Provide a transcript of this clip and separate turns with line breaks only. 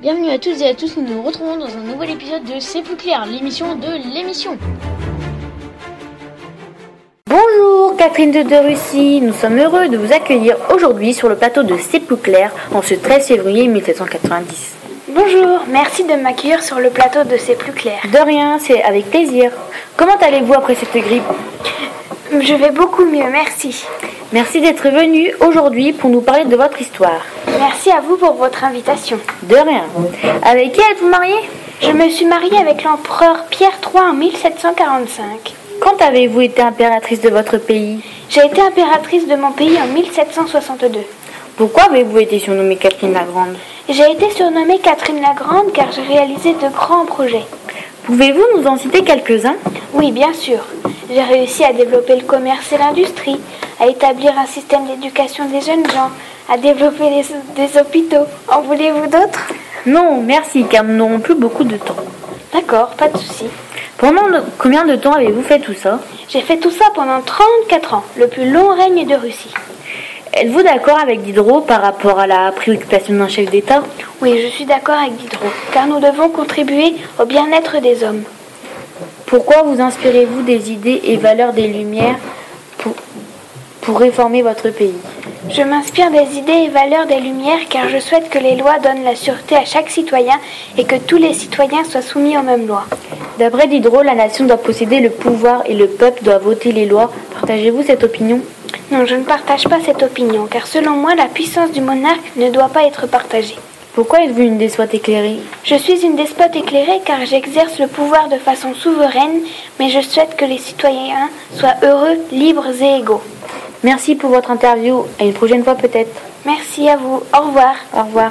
Bienvenue à toutes et à tous, nous nous retrouvons dans un nouvel épisode de C'est plus clair, l'émission de l'émission.
Bonjour Catherine de, de Russie, nous sommes heureux de vous accueillir aujourd'hui sur le plateau de C'est plus clair en ce 13 février 1790.
Bonjour, merci de m'accueillir sur le plateau de C'est plus clair.
De rien, c'est avec plaisir. Comment allez-vous après cette grippe
Je vais beaucoup mieux, merci.
Merci d'être venu aujourd'hui pour nous parler de votre histoire.
Merci à vous pour votre invitation.
De rien. Avec qui êtes-vous marié
Je me suis mariée avec l'empereur Pierre III en 1745.
Quand avez-vous été impératrice de votre pays
J'ai été impératrice de mon pays en 1762.
Pourquoi avez-vous été surnommée Catherine la Grande
J'ai été surnommée Catherine la Grande car j'ai réalisé de grands projets.
Pouvez-vous nous en citer quelques-uns
Oui, bien sûr. J'ai réussi à développer le commerce et l'industrie, à établir un système d'éducation des jeunes gens, à développer les, des hôpitaux. En voulez-vous d'autres
Non, merci, car nous n'aurons plus beaucoup de temps.
D'accord, pas de souci.
Pendant le- combien de temps avez-vous fait tout ça
J'ai fait tout ça pendant 34 ans, le plus long règne de Russie.
Êtes-vous d'accord avec Diderot par rapport à la préoccupation d'un chef d'État
Oui, je suis d'accord avec Diderot, car nous devons contribuer au bien-être des hommes.
Pourquoi vous inspirez-vous des idées et valeurs des Lumières pour, pour réformer votre pays
Je m'inspire des idées et valeurs des Lumières car je souhaite que les lois donnent la sûreté à chaque citoyen et que tous les citoyens soient soumis aux mêmes lois.
D'après Diderot, la nation doit posséder le pouvoir et le peuple doit voter les lois. Partagez-vous cette opinion
Non, je ne partage pas cette opinion car selon moi la puissance du monarque ne doit pas être partagée.
Pourquoi êtes-vous une despote éclairée
Je suis une despote éclairée car j'exerce le pouvoir de façon souveraine, mais je souhaite que les citoyens soient heureux, libres et égaux.
Merci pour votre interview. À une prochaine fois peut-être.
Merci à vous. Au revoir.
Au revoir.